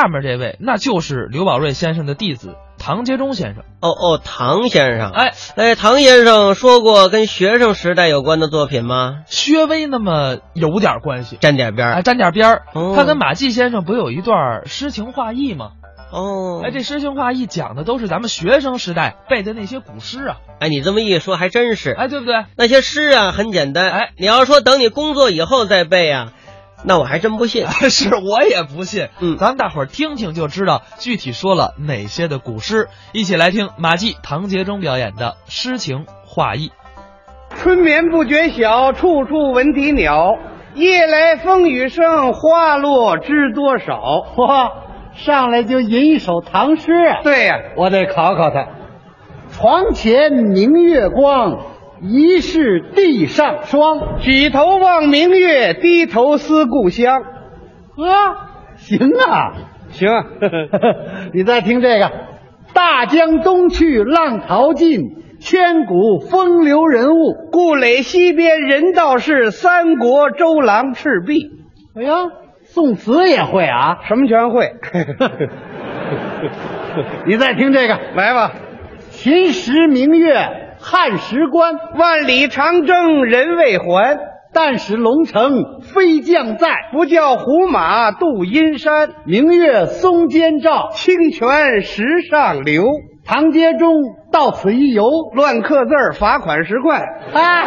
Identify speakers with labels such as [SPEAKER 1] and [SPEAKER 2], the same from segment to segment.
[SPEAKER 1] 下面这位那就是刘宝瑞先生的弟子唐杰忠先生。
[SPEAKER 2] 哦哦，唐先生，
[SPEAKER 1] 哎，
[SPEAKER 2] 哎，唐先生说过跟学生时代有关的作品吗？
[SPEAKER 1] 薛微那么有点关系，
[SPEAKER 2] 沾点边
[SPEAKER 1] 哎，
[SPEAKER 2] 儿。
[SPEAKER 1] 沾点边儿。
[SPEAKER 2] 哦
[SPEAKER 1] 他跟马季先生不有一段诗情画意吗？
[SPEAKER 2] 哦，
[SPEAKER 1] 哎，这诗情画意讲的都是咱们学生时代背的那些古诗啊，
[SPEAKER 2] 哎，你这么一说还真是。
[SPEAKER 1] 哎，对不对？
[SPEAKER 2] 那些诗啊，很简单。
[SPEAKER 1] 哎，
[SPEAKER 2] 你要说等你工作以后再背啊，那我还真 不信。
[SPEAKER 1] 是我也不信，
[SPEAKER 2] 嗯
[SPEAKER 1] 咱们大伙儿听听就知道具体说了哪些的古诗，一起来听马季、唐杰忠表演的诗情画意。
[SPEAKER 3] 春眠不觉晓，处处闻啼鸟。夜来风雨声，花落知多少。
[SPEAKER 4] 嚯，上来就吟一首唐诗啊！
[SPEAKER 3] 对呀、
[SPEAKER 4] 我得考考他。床前明月光，疑是地上霜。
[SPEAKER 3] 举头望明月，低头思故乡。
[SPEAKER 4] 呵，行啊！
[SPEAKER 3] 行啊，
[SPEAKER 4] 你再听这个：大江东去浪淘尽，千古风流人物。
[SPEAKER 3] 故垒西边人道是，三国周郎赤壁。
[SPEAKER 4] 哎呀，宋词也会啊！
[SPEAKER 3] 什么全会？
[SPEAKER 4] 你再听这个：
[SPEAKER 3] 来吧，
[SPEAKER 4] 秦时明月汉时关，
[SPEAKER 3] 万里长征人未还，
[SPEAKER 4] 但使龙城飞将在。
[SPEAKER 3] 不教胡马度阴山。
[SPEAKER 4] 明月松间照，
[SPEAKER 3] 清泉石上流，
[SPEAKER 4] 唐杰忠到此一游。
[SPEAKER 3] 乱刻字儿罚款十块。
[SPEAKER 4] 哎，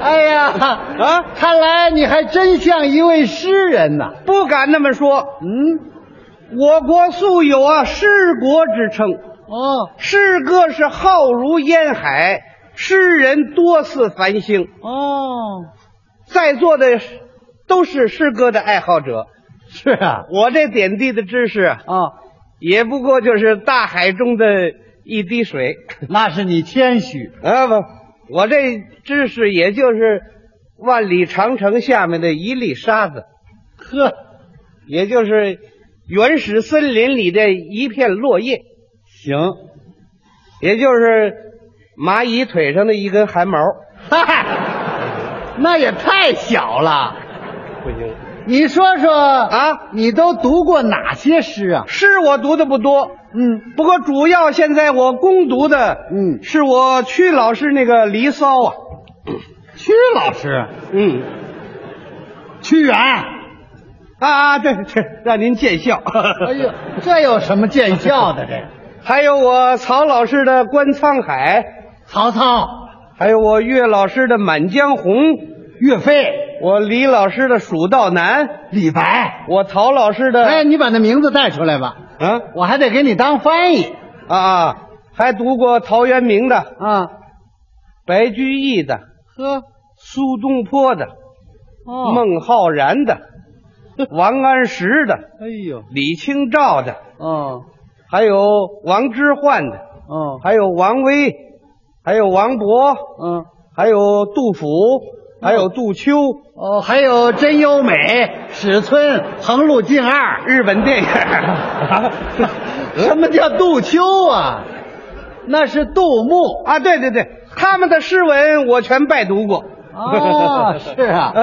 [SPEAKER 4] 哎呀
[SPEAKER 3] 啊
[SPEAKER 4] 啊！看来你还真像一位诗人呐。
[SPEAKER 3] 不敢那么说，
[SPEAKER 4] 嗯，
[SPEAKER 3] 我国素有啊诗国之称，
[SPEAKER 4] 哦
[SPEAKER 3] 诗歌是浩如烟海，诗人多似繁星。
[SPEAKER 4] 哦，
[SPEAKER 3] 在座的都是诗歌的爱好者，
[SPEAKER 4] 是啊
[SPEAKER 3] 我这点滴的知识啊
[SPEAKER 4] 哦，
[SPEAKER 3] 也不过就是大海中的一滴水
[SPEAKER 4] 那是你谦虚。
[SPEAKER 3] 啊！不，我这知识也就是万里长城下面的一粒沙子，
[SPEAKER 4] 呵，
[SPEAKER 3] 也就是原始森林里的一片落叶。
[SPEAKER 4] 行，
[SPEAKER 3] 也就是蚂蚁腿上的一根汗毛。
[SPEAKER 4] 嗨，那也太小了。
[SPEAKER 3] 不行
[SPEAKER 4] 你说说啊，
[SPEAKER 3] 啊，
[SPEAKER 4] 你都读过哪些诗啊？
[SPEAKER 3] 诗我读的不多，
[SPEAKER 4] 嗯
[SPEAKER 3] 不过主要现在我攻读的，
[SPEAKER 4] 嗯
[SPEAKER 3] 是我曲老师那个《离骚》啊。
[SPEAKER 4] 屈老师，
[SPEAKER 3] 嗯，
[SPEAKER 4] 屈原。
[SPEAKER 3] 啊，对对，让您见笑。
[SPEAKER 4] 哎呦，这有什么见笑的？ 这
[SPEAKER 3] 还有我曹老师的《观沧海
[SPEAKER 4] 曹操、》，
[SPEAKER 3] 还有我岳老师的《满江红》，
[SPEAKER 4] 岳飞、
[SPEAKER 3] 我李老师的《蜀道难》，
[SPEAKER 4] 李白，
[SPEAKER 3] 我陶老师的
[SPEAKER 4] 哎，你把那名字带出来吧，
[SPEAKER 3] 啊
[SPEAKER 4] 我还得给你当翻译
[SPEAKER 3] 啊啊，还读过陶渊明的、
[SPEAKER 4] 啊。
[SPEAKER 3] 白居易的、
[SPEAKER 4] 呵，
[SPEAKER 3] 苏东坡的。
[SPEAKER 4] 哦，，
[SPEAKER 3] 孟浩然的、王安石的、
[SPEAKER 4] 哎呦，
[SPEAKER 3] 李清照的，
[SPEAKER 4] 哦
[SPEAKER 3] 还有王之涣的，
[SPEAKER 4] 哦，
[SPEAKER 3] 还有王威，还有王勃，
[SPEAKER 4] 嗯，
[SPEAKER 3] 还有杜甫，还有杜秋，
[SPEAKER 4] 哦，还有真优美、史村、横路进二，
[SPEAKER 3] 日本电影。
[SPEAKER 4] 什么叫杜秋啊？那是杜牧。
[SPEAKER 3] 啊，对对对，他们的诗文我全拜读过。
[SPEAKER 4] 哦，是啊，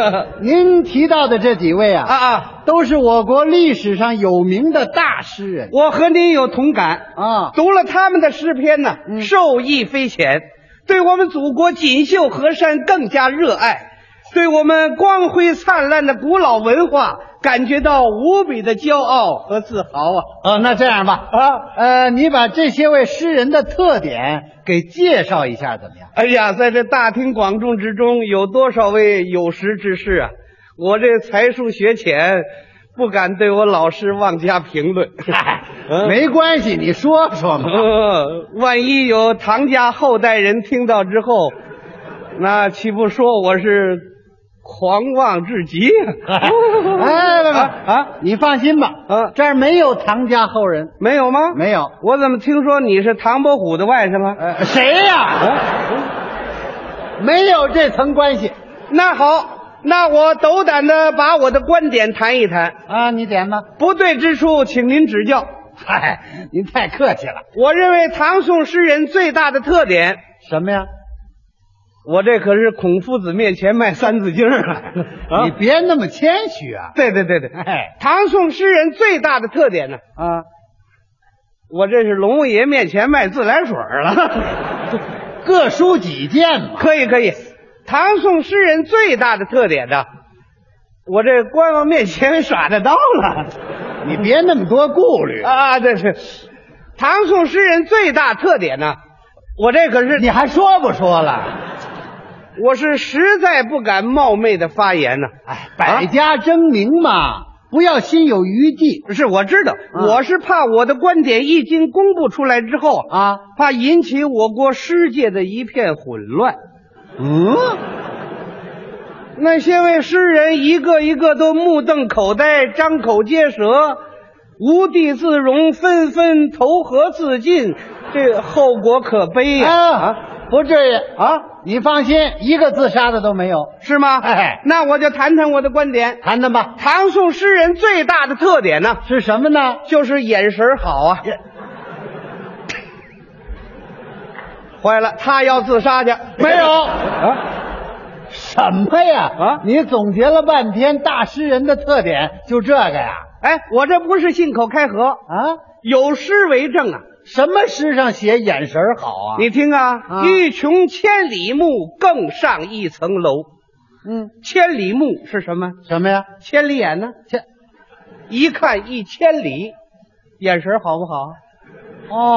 [SPEAKER 4] 您提到的这几位
[SPEAKER 3] 啊
[SPEAKER 4] 啊，
[SPEAKER 3] 啊，
[SPEAKER 4] 都是我国历史上有名的大诗人
[SPEAKER 3] 我和您有同感，
[SPEAKER 4] 啊。
[SPEAKER 3] 读了他们的诗篇呢，
[SPEAKER 4] 嗯
[SPEAKER 3] 受益匪浅，对我们祖国锦绣河山更加热爱，对我们光辉灿烂的古老文化感觉到无比的骄傲和自豪啊！
[SPEAKER 4] 哦，那这样吧，
[SPEAKER 3] 啊，
[SPEAKER 4] 呃，你把这些位诗人的特点给介绍一下，怎么样？
[SPEAKER 3] 哎呀，在这大庭广众之中，有多少位有识之士啊！我这才疏学浅，不敢对我老师妄加评 论。
[SPEAKER 4] 嗨
[SPEAKER 3] 嗯
[SPEAKER 4] 没关系，你说说嘛。
[SPEAKER 3] 呃，万一有唐家后代人听到之后，那岂不说我是狂妄至极？
[SPEAKER 4] 哎，不
[SPEAKER 3] 啊
[SPEAKER 4] 不
[SPEAKER 3] 啊，
[SPEAKER 4] 不，你放心吧，
[SPEAKER 3] 啊
[SPEAKER 4] 这儿没有唐家后人，
[SPEAKER 3] 没有吗？
[SPEAKER 4] 没有。
[SPEAKER 3] 我怎么听说你是唐伯虎的外甥啊？
[SPEAKER 4] 呃，谁
[SPEAKER 3] 嗯
[SPEAKER 4] 呀？没有这层关系
[SPEAKER 3] 那好，那我斗胆的把我的观点谈一谈，
[SPEAKER 4] 啊。你点吧。
[SPEAKER 3] 不对之处，请您指教。
[SPEAKER 4] 嗨，您太客气了。
[SPEAKER 3] 我认为唐宋诗人最大的特点，
[SPEAKER 4] 什么呀？
[SPEAKER 3] 我这可是孔夫子面前卖《三字经》啊！
[SPEAKER 4] 你别那么谦虚啊！
[SPEAKER 3] 对对对对，
[SPEAKER 4] 哎，
[SPEAKER 3] 唐宋诗人最大的特点呢，
[SPEAKER 4] 啊，
[SPEAKER 3] 我这是龙王爷面前卖自来水儿了。
[SPEAKER 4] 各抒己见嘛。
[SPEAKER 3] 可以可以，唐宋诗人最大的特点呢，我这官王面前耍着刀了。
[SPEAKER 4] 你别那么多顾虑，
[SPEAKER 3] 啊，这是唐宋诗人最大特点呢，我这可是
[SPEAKER 4] 你还说不说了？
[SPEAKER 3] 我是实在不敢冒昧的发言呢、
[SPEAKER 4] 哎，百家争鸣嘛，不要心有余悸
[SPEAKER 3] 是我知道，
[SPEAKER 4] 啊
[SPEAKER 3] 我是怕我的观点一经公布出来之后，
[SPEAKER 4] 啊。
[SPEAKER 3] 怕引起我国诗界的一片混乱。
[SPEAKER 4] 嗯，
[SPEAKER 3] 那些位诗人一个一个都目瞪口呆，张口结舌，无地自容，纷纷投河自尽，这后果可悲呀、
[SPEAKER 4] 啊，不至于啊！你放心，一个自杀的都没有。
[SPEAKER 3] 是吗？
[SPEAKER 4] 哎
[SPEAKER 3] 那我就谈谈我的观点。
[SPEAKER 4] 谈谈吧，
[SPEAKER 3] 唐宋诗人最大的特点呢，
[SPEAKER 4] 是什么呢？
[SPEAKER 3] 就是眼神好啊。坏了，他要自杀去，
[SPEAKER 4] 没有
[SPEAKER 3] 啊？
[SPEAKER 4] 什么呀？
[SPEAKER 3] 啊
[SPEAKER 4] 你总结了半天大诗人的特点，就这个呀？
[SPEAKER 3] 哎，我这不是信口开河，
[SPEAKER 4] 啊，
[SPEAKER 3] 有诗为证啊。
[SPEAKER 4] 什么诗上写眼神好啊？
[SPEAKER 3] 你听啊，
[SPEAKER 4] 啊
[SPEAKER 3] 欲穷千里目，更上一层楼。
[SPEAKER 4] 嗯，
[SPEAKER 3] 千里目是什么？
[SPEAKER 4] 什么呀？
[SPEAKER 3] 千里眼呢？
[SPEAKER 4] 千
[SPEAKER 3] 一看一千里，眼神好不好？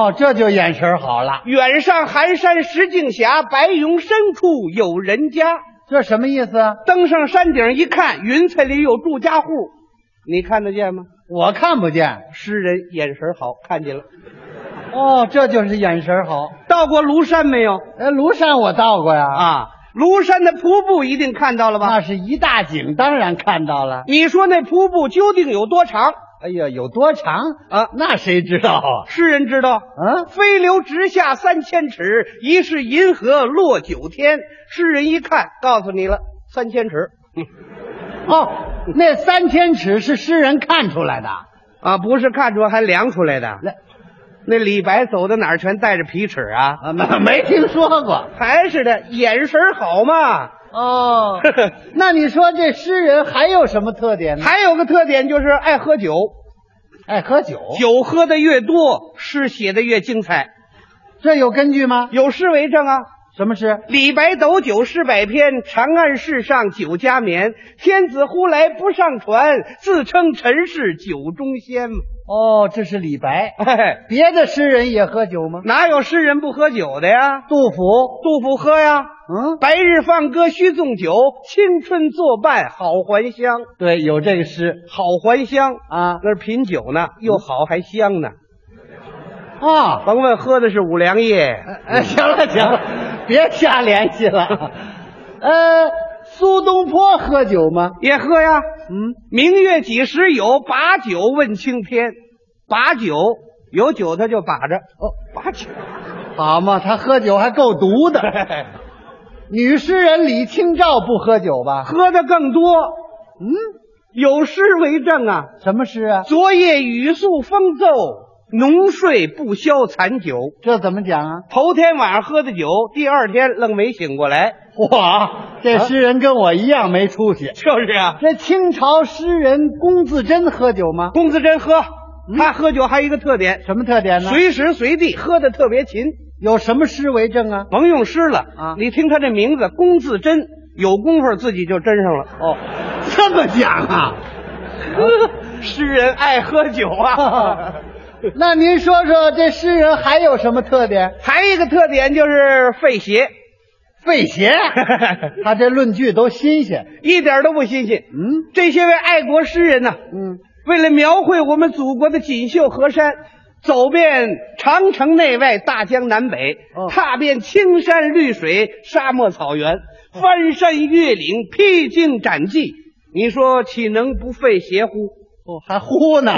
[SPEAKER 4] 哦，这就眼神好了，
[SPEAKER 3] 远上寒山石径斜，白云深处有人家。
[SPEAKER 4] 这什么意思啊？
[SPEAKER 3] 登上山顶一看，云彩里有住家户，你看得见吗？
[SPEAKER 4] 我看不见。
[SPEAKER 3] 诗人眼神好，看见了。
[SPEAKER 4] 哦，这就是眼神好。
[SPEAKER 3] 到过庐山没有？
[SPEAKER 4] 哎，庐山我到过呀，，
[SPEAKER 3] 啊，庐山的瀑布一定看到了吧？
[SPEAKER 4] 那是一大景，当然看到了。
[SPEAKER 3] 你说那瀑布究竟有多长？
[SPEAKER 4] 哎呀，有多长
[SPEAKER 3] 啊
[SPEAKER 4] 那谁知道啊？
[SPEAKER 3] 诗人知道，
[SPEAKER 4] 嗯
[SPEAKER 3] 飞流直下三千尺，疑是银河落九天。诗人一看，告诉你了，三千尺
[SPEAKER 4] 哦，那三千尺是诗人看出来的。
[SPEAKER 3] 啊，不是看出还量出来的。
[SPEAKER 4] 那
[SPEAKER 3] 那李白走到哪儿全带着皮尺啊？
[SPEAKER 4] 啊，没没听说过
[SPEAKER 3] 还是的，眼神好 嘛。
[SPEAKER 4] 哦那你说这诗人还有什么特点呢？
[SPEAKER 3] 还有个特点就是爱喝酒，
[SPEAKER 4] 爱喝酒，
[SPEAKER 3] 酒喝的越多，诗写的越精彩。
[SPEAKER 4] 这有根据吗？
[SPEAKER 3] 有诗为证啊，
[SPEAKER 4] 什么诗？
[SPEAKER 3] 李白斗酒诗百篇，长按市上酒家眠。天子呼来不上船，自称臣是酒中仙嘛。
[SPEAKER 4] 哦，这是李白。
[SPEAKER 3] 哎，
[SPEAKER 4] 别的诗人也喝酒吗？
[SPEAKER 3] 哪有诗人不喝酒的呀？
[SPEAKER 4] 杜甫，
[SPEAKER 3] 杜甫喝呀，
[SPEAKER 4] 嗯，
[SPEAKER 3] 白日放歌须纵酒，青春作伴好还乡。
[SPEAKER 4] 对，有这个诗
[SPEAKER 3] 好还乡，
[SPEAKER 4] 啊
[SPEAKER 3] 那是品酒呢，又好还香呢。
[SPEAKER 4] 啊。
[SPEAKER 3] 甭问喝的是五粮液，
[SPEAKER 4] 哎，行了行了，别瞎联系了。呃，苏东坡喝酒吗？
[SPEAKER 3] 也喝呀。
[SPEAKER 4] 嗯，
[SPEAKER 3] 明月几时有？把酒问青天。把酒有酒他就把着，
[SPEAKER 4] 哦，
[SPEAKER 3] 把酒。
[SPEAKER 4] 好嘛，他喝酒还够毒的。女诗人李清照不喝酒吧？
[SPEAKER 3] 喝的更多，
[SPEAKER 4] 嗯，
[SPEAKER 3] 有诗为证啊。
[SPEAKER 4] 什么诗啊？
[SPEAKER 3] 昨夜雨宿风骤，浓睡不消残酒。
[SPEAKER 4] 这怎么讲啊？
[SPEAKER 3] 头天晚上喝的酒，第二天愣没醒过来。
[SPEAKER 4] 哇，这诗人跟我一样没出息。
[SPEAKER 3] 就是啊，
[SPEAKER 4] 这清朝诗人龚自珍喝酒吗？
[SPEAKER 3] 龚自珍喝，他喝酒还有一个特点，
[SPEAKER 4] 什么特点呢？
[SPEAKER 3] 随时随地喝的特别勤。
[SPEAKER 4] 有什么诗为证 啊？
[SPEAKER 3] 甭用诗了
[SPEAKER 4] 啊
[SPEAKER 3] 你听他这名字龚自珍，有功夫自己就真上了。
[SPEAKER 4] 哦，这么讲啊？
[SPEAKER 3] 诗人爱喝酒 啊。
[SPEAKER 4] 那您说说这诗人还有什么特点？
[SPEAKER 3] 还有一个特点就是费鞋，
[SPEAKER 4] 费鞋，他这论据都新鲜。
[SPEAKER 3] 一点都不新鲜。
[SPEAKER 4] 嗯
[SPEAKER 3] 这些位爱国诗人呢、
[SPEAKER 4] 嗯，
[SPEAKER 3] 为了描绘我们祖国的锦绣河山，走遍长城内外、大江南北，
[SPEAKER 4] 哦
[SPEAKER 3] 踏遍青山绿水、沙漠草原，
[SPEAKER 4] 哦
[SPEAKER 3] 翻山越岭、披荆斩棘，你说岂能不费邪乎？
[SPEAKER 4] 哦，还呼 呢，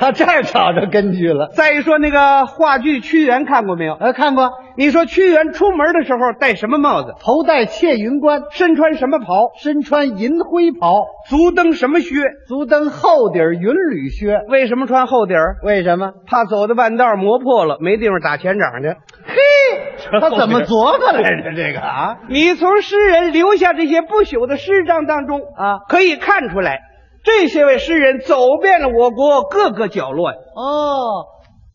[SPEAKER 4] 他这儿找着根据了。
[SPEAKER 3] 再说那个话剧《屈原》，看过没有？
[SPEAKER 4] 呃，看过，
[SPEAKER 3] 你说屈原出门的时候戴什么帽子，
[SPEAKER 4] 头戴窃云冠，
[SPEAKER 3] 身穿什么袍，
[SPEAKER 4] 身穿银灰袍，
[SPEAKER 3] 足蹬什么靴？
[SPEAKER 4] 足蹬厚底儿云履靴。
[SPEAKER 3] 为什么穿厚底儿？
[SPEAKER 4] 为什么？
[SPEAKER 3] 怕走到半道磨破了，没地方打前掌去。
[SPEAKER 4] 嘿，他 怎么琢磨来着？这个啊，
[SPEAKER 3] 你从诗人留下这些不朽的诗章当中
[SPEAKER 4] 啊
[SPEAKER 3] 可以看出来，这些位诗人走遍了我国各个角落呀。
[SPEAKER 4] 哦，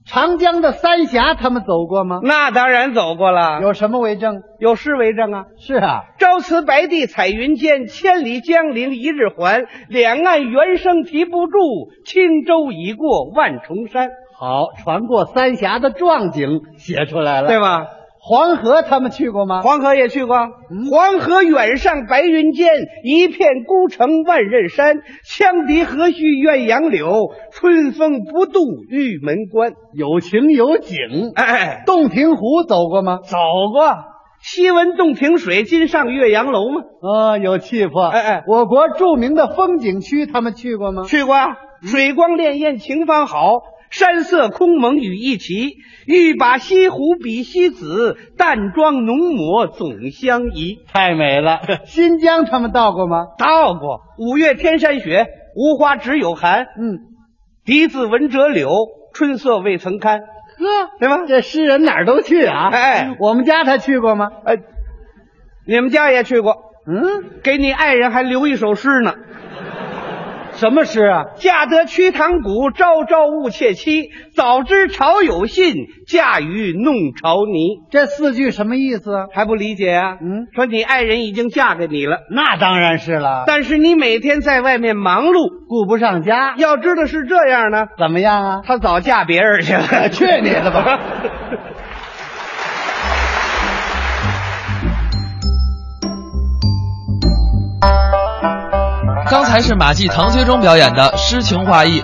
[SPEAKER 4] 长江的三峡他们走过吗？
[SPEAKER 3] 那当然走过了，
[SPEAKER 4] 有什么为证？
[SPEAKER 3] 有诗为证啊。
[SPEAKER 4] 是啊，
[SPEAKER 3] 朝辞白帝彩云间，千里江陵一日还。两岸猿声啼不住，轻舟已过万重山，
[SPEAKER 4] 好，船过三峡的壮景写出来了，
[SPEAKER 3] 对？吧？
[SPEAKER 4] 黄河他们去过吗？
[SPEAKER 3] 黄河也去过。
[SPEAKER 4] 嗯
[SPEAKER 3] 黄河远上白云间，一片孤城万仞山。羌笛何须怨杨柳，春风不度玉门关。
[SPEAKER 4] 有情有景。
[SPEAKER 3] 哎，
[SPEAKER 4] 洞庭湖走过吗？
[SPEAKER 3] 走过。西闻洞庭水，今上岳阳楼嘛。
[SPEAKER 4] 哦，有气魄。
[SPEAKER 3] 哎哎
[SPEAKER 4] 我国著名的风景区他们去过吗？
[SPEAKER 3] 去过啊，
[SPEAKER 4] 嗯
[SPEAKER 3] 水光潋滟晴方好，山色空蒙雨亦奇。欲把西湖比西子，淡妆浓抹总相宜。
[SPEAKER 4] 太美了。新疆他们到过吗？
[SPEAKER 3] 到过五月天山雪，无花只有寒。
[SPEAKER 4] 嗯，
[SPEAKER 3] 笛子闻折柳，春色未曾堪。
[SPEAKER 4] 呵，
[SPEAKER 3] 对吧？
[SPEAKER 4] 这诗人哪儿都去啊。
[SPEAKER 3] 哎
[SPEAKER 4] 我们家他去过吗？
[SPEAKER 3] 哎，你们家也去过，
[SPEAKER 4] 嗯，
[SPEAKER 3] 给你爱人还留一首诗呢。
[SPEAKER 4] 什么诗啊？
[SPEAKER 3] 嫁得瞿塘古，朝朝误妾妻。早知朝有信，嫁与弄潮泥。
[SPEAKER 4] 这四句什么意思啊？
[SPEAKER 3] 还不理解啊？
[SPEAKER 4] 嗯，
[SPEAKER 3] 说你爱人已经嫁给你了，
[SPEAKER 4] 那当然是了，
[SPEAKER 3] 但是你每天在外面忙碌。
[SPEAKER 4] 顾不上家，
[SPEAKER 3] 要知道是这样呢，
[SPEAKER 4] 怎么样啊？
[SPEAKER 3] 她早嫁别人去了。
[SPEAKER 4] 去你的吧！
[SPEAKER 1] 刚才是马季、唐杰忠表演的诗情画意，